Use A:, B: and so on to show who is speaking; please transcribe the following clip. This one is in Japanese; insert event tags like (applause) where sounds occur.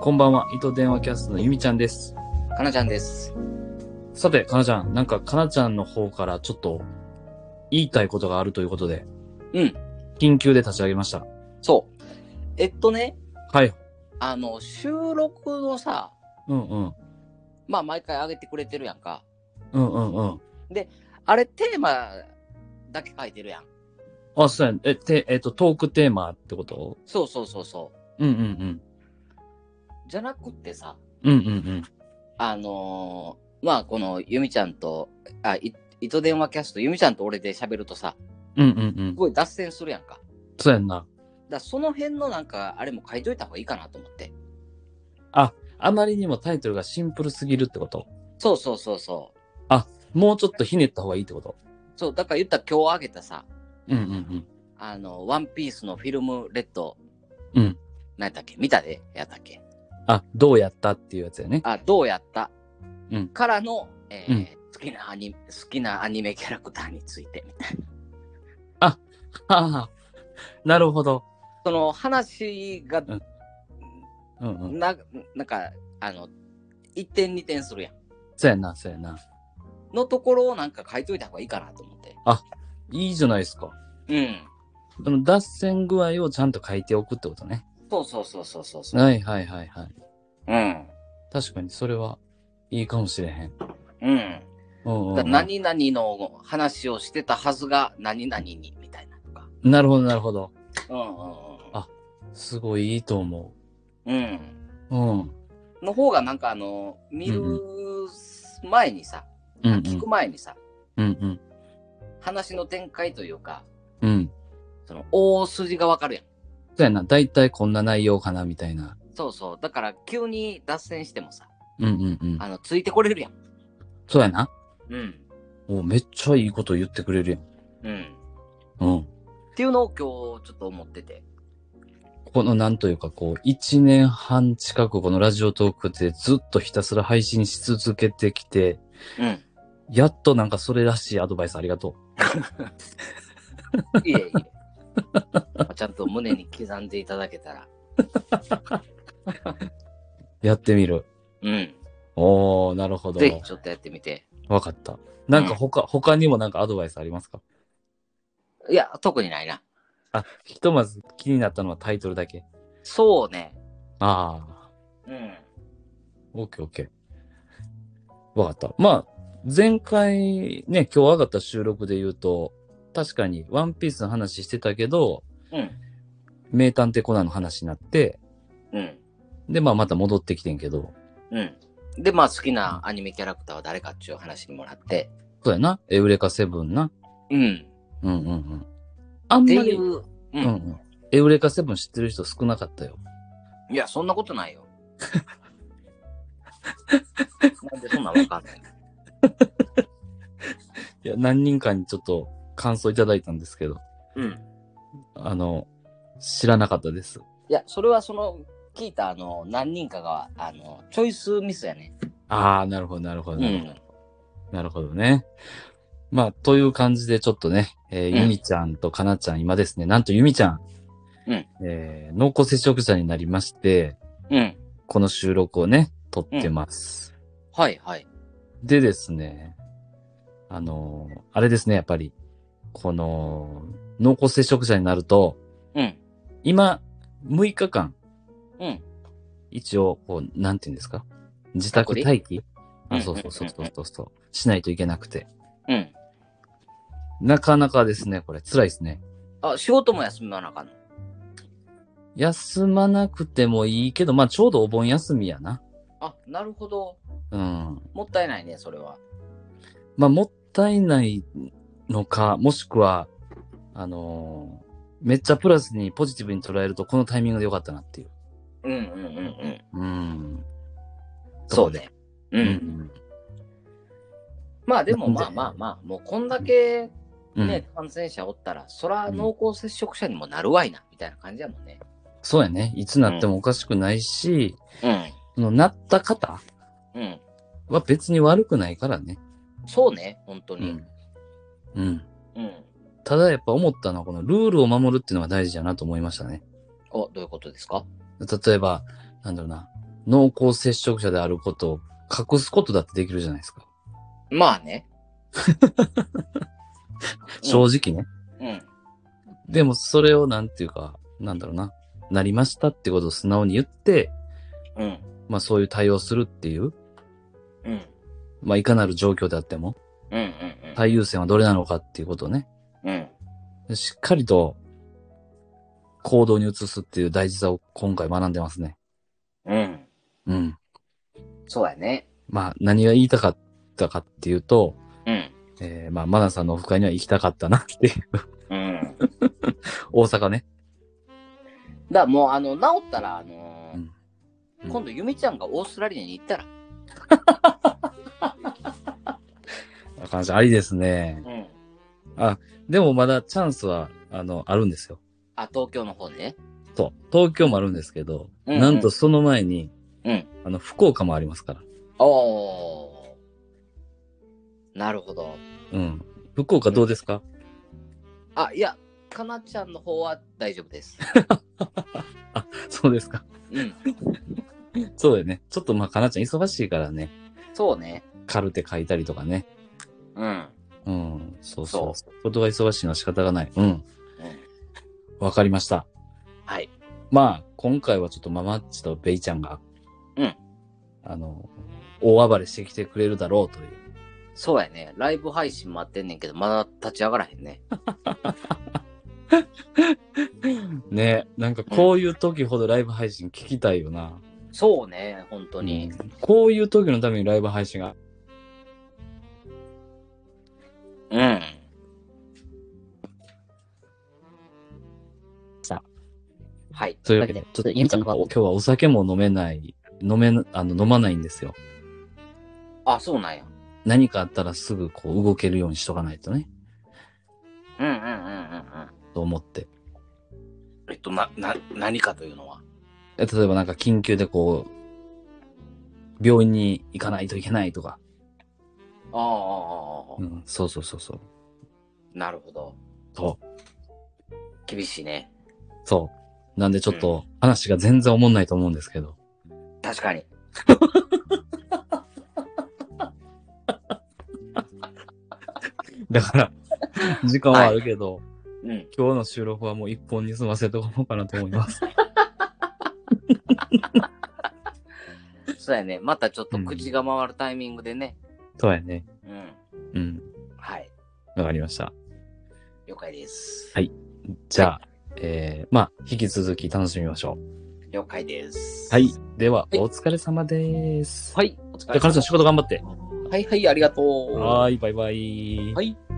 A: こんばんは、糸電話キャストのゆみちゃんです。
B: かなちゃんです。
A: さて、かなちゃん、なんかかなちゃんの方からちょっと言いたいことがあるということで、
B: うん。
A: 緊急で立ち上げました。
B: そう。えっとね、
A: はい。
B: あの、収録のさ、
A: うんうん。
B: まあ毎回上げてくれてるやんか。
A: うんうんうん。
B: あれテーマだけ書いてるやん。
A: あ、そうやん。え、て、えっと、トークテーマってこと
B: そうそうそうそ
A: うんうん
B: う。じゃなくってさ、
A: うん。うんうん
B: あのーまあこのゆみちゃんと、あ、い糸電話キャスト、ゆみちゃんと俺で喋るとさ、
A: うん。うんうんうん
B: す。ごい脱線するやんか。だか
A: そうやんな。
B: らその辺のなんか、あれも書いといた方がいいかなと思って。
A: あまりにもタイトルがシンプルすぎるってこと
B: そうそうそうそう。
A: もうちょっとひねった方がいいってこと
B: そう、だから言ったら今日あげたさ、
A: うんうん
B: あの、ワンピースのフィルムレッド、
A: うん。うん。
B: 何やったっけ見たでやったっけ
A: あ、どうやったっていうやつやね。
B: あ、どうやった、
A: うん
B: からの、えー
A: うん
B: 好きなアニメ、好きなアニメキャラクターについてみたいな。
A: はあ、なるほど。
B: その話が、
A: んうんうん。
B: な、なんか、あの、1点2点するやん。
A: そうやんな、そうやんな。
B: のところをなんか書いといた方がいいかなと思って。
A: いいじゃないですか。
B: うん。
A: その脱線具合をちゃんと書いておくってことね。
B: そうそうそうそうそうそう。
A: はいはいはいはい。
B: うん。
A: 確かにそれはいいかもしれへん。
B: うん。
A: うんうん
B: だ
A: う
B: か
A: ん
B: ら何々の話をしてたはずが何々にみたいなとか。
A: なるほどなるほど。
B: うんうん
A: あすごいいいと思
B: うん。うん。
A: う。うん。
B: の方がなんかあの、見る前にさ、
A: うんうん
B: 聞く前にさ、
A: うんうん。
B: 話の展開というか、
A: うん。
B: その大筋がわかるやん。
A: そうやな。だいたいこんな内容かなみたいな。
B: そうそう。だから急に脱線してもさ、
A: うんうんうん。
B: あの、ついてこれるやん。
A: そうやな。
B: うん。
A: おめっちゃいいこと言ってくれるやん。
B: うん。
A: うん。
B: っていうのを今日ちょっと思ってて。
A: このなんというかこう、一年半近くこのラジオトークでずっとひたすら配信し続けてきて、
B: うん。
A: やっとなんかそれらしいアドバイスありがとう。
B: いえいえ。まあちゃんと胸に刻んでいただけたら。
A: やってみる。
B: うん。
A: おー、なるほど
B: ぜ。ひちょっとやってみて。
A: わかった。なんか他、他にもなんかアドバイスありますか
B: いや、特にないな。
A: あ、ひとまず気になったのはタイトルだけ。
B: そうね。
A: あ
B: うん。
A: ー、オッケーオッケー。わかった。まあ、前回ね、今日上がった収録で言うと、確かにワンピースの話してたけど、
B: うん。
A: 名探偵コナンの話になって、
B: うん。
A: で、まあまた戻ってきてんけど、
B: うん。で、まあ好きなアニメキャラクターは誰かっていう話にもらって。
A: そうやな、エウレカセブンな。
B: うん。
A: うんうんうん。あん
B: って
A: ま
B: い
A: り、
B: う。う。
A: うんうんん。エウレカセブン知ってる人少なかったよ。
B: いや、そんなことない (laughs) よ。なんでそんなんわかんないの
A: いや、何人かにちょっと感想いただいたんですけど、
B: うん。
A: あの、知らなかったです。
B: いや、それはその、聞いたあの、何人かが、あの、チョイスミスやね。
A: ああ、なるほど、なるほ
B: う
A: ど、
B: ん。
A: なるほどね。まあ、という感じでちょっとね、えー
B: うん
A: ゆみちゃんとかなちゃん、今ですね、なんとゆみちゃん、
B: うん
A: えー濃厚接触者になりまして、
B: うん。
A: この収録をね、撮ってます。
B: はいはい。
A: でですね、あのーあれですね、やっぱり、この、濃厚接触者になると、
B: うん。
A: 今、6日間、
B: うん。
A: 一応、こう、なんていうんですか自宅
B: 隔離
A: 待機
B: う
A: あ、
B: ん
A: そうそうそうそうそうそう、しないといけなくて。
B: うん。
A: なかなかですね、これ、辛いですね。
B: あ、仕事も休みまなあかんの。
A: 休まなくてもいいけど、まあ、ちょうどお盆休みやな。
B: あ、なるほど。
A: うん。
B: もったいないね、それは。
A: まあ、もったいないのか、もしくは、あのーめっちゃプラスにポジティブに捉えると、このタイミングでよかったなっていう。
B: うんうんうんうん。
A: うん。
B: そう。ね。う。
A: うんん。
B: まあでも、
A: なんで
B: まあまあまあ、もうこんだけ
A: うん。
B: ね、感染者おったら、そら濃厚接触者にもなるわいな、みたいな感じやもんね。
A: そうやね。いつなってもおかしくないし、そのなった方
B: うん。うん。
A: は別に悪くないからね。
B: そうね、本当に。
A: うん。
B: うん。
A: ただやっぱ思ったのは、このルールを守るっていうのが大事だなと思いましたね。
B: お、どういうことですか
A: 例えば、なんだろうな。濃厚接触者であることを隠すことだってできるじゃないですか。
B: まあね。
A: (laughs) 正直ね。
B: うん。
A: でもそれをなんていうか、なんだろうな。なりましたってことを素直に言って、
B: うん。
A: まあそういう対応するっていう、
B: うん。
A: まあいかなる状況であっても、
B: うん。うん。
A: 最優先はどれなのかっていうことをね、
B: うん。
A: しっかりと行動に移すっていう大事さを今回学んでますね。
B: うん。
A: うん。
B: そうやね。
A: まあ何が言いたかったかっていうと、
B: うん。
A: えー、まあマナさんのオフ会には行きたかったなっていう、 (laughs)
B: うん。
A: 大阪ね。
B: だからもう、あの、治ったら、あのー
A: うんうん
B: 今度、ゆみちゃんがオーストラリアに行ったら。
A: あかんしありですね。
B: うん。
A: でもまだチャンスは、あの、あるんですよ。
B: あ、東京の方ね。
A: そう。東京もあるんですけど、
B: うんうん
A: なんとその前に、
B: うん
A: あの、福岡もありますから。
B: おー。なるほど。
A: うん。福岡どうですか、 (laughs)
B: あ、いや、かなちゃんの方は大丈夫です。
A: そうですか。 (laughs)
B: うん。
A: そうだよね。ちょっとまあ、かなちゃん忙しいからね。
B: そうね。
A: カルテ書いたりとかね。
B: うん。
A: うん。そうそう。
B: そ
A: 仕事が忙しいのは仕方がない。うん。
B: うん
A: わかりました。
B: はい。
A: まあ、今回はちょっとママッチとベイちゃんが、
B: うん。
A: あの、大暴れしてきてくれるだろうという。
B: そうやね。ライブ配信待ってんねんけど、まだ立ち上がらへんね。
A: ねなんかこういう時ほどライブ配信聞きたいよな。
B: そうね、本当に。
A: うんこういう時のためにライブ配信が。
B: うん。
A: さ
B: はい。
A: というわ
C: わ
A: け
C: け
A: で
C: で、
A: ち
C: ちょっ
A: ょっと
C: とゆみちゃんの方は
A: 今日はお酒も飲めない、飲めな、あの、飲まないんですよ。
B: あ、そうなんや。
A: 何かあったらすぐこう動けるようにしとかないとね、
B: うんうんうんうん
A: と思って。
B: うん。えっと、な、な、何かというのは。
A: え例えばなんか緊急でこう、病院に行かないといけないとか。
B: ああ、
A: うん、そうそうそうそう。
B: なるほど。
A: そう、
B: 厳しいね。
A: そう。なんでちょっと話が全然思んないと思うんですけど。
B: 確かに。
A: だ (laughs) から、時間はあるけど、
B: うん。
A: 今日の収録はもう一本に済ませておこうかなと思い (laughs) ます。
B: そうやね。またちょっと口が回るタイミングでね。
A: そうやね。
B: う
A: う
B: ん。
A: ん。
B: はい。
A: わかりました。
B: 了解です。
A: はいじゃあ、えー、まあ、引き続き楽しみましょう。
B: 了解です。
A: はい。。では、
B: はい
A: お疲れ様です。
B: はい。お疲
A: じゃあ、
B: れ
A: かな
B: 様
A: ちゃん仕事頑張って。
B: はいはい、ありがとう。
A: はーい、バイバイ。
B: はい。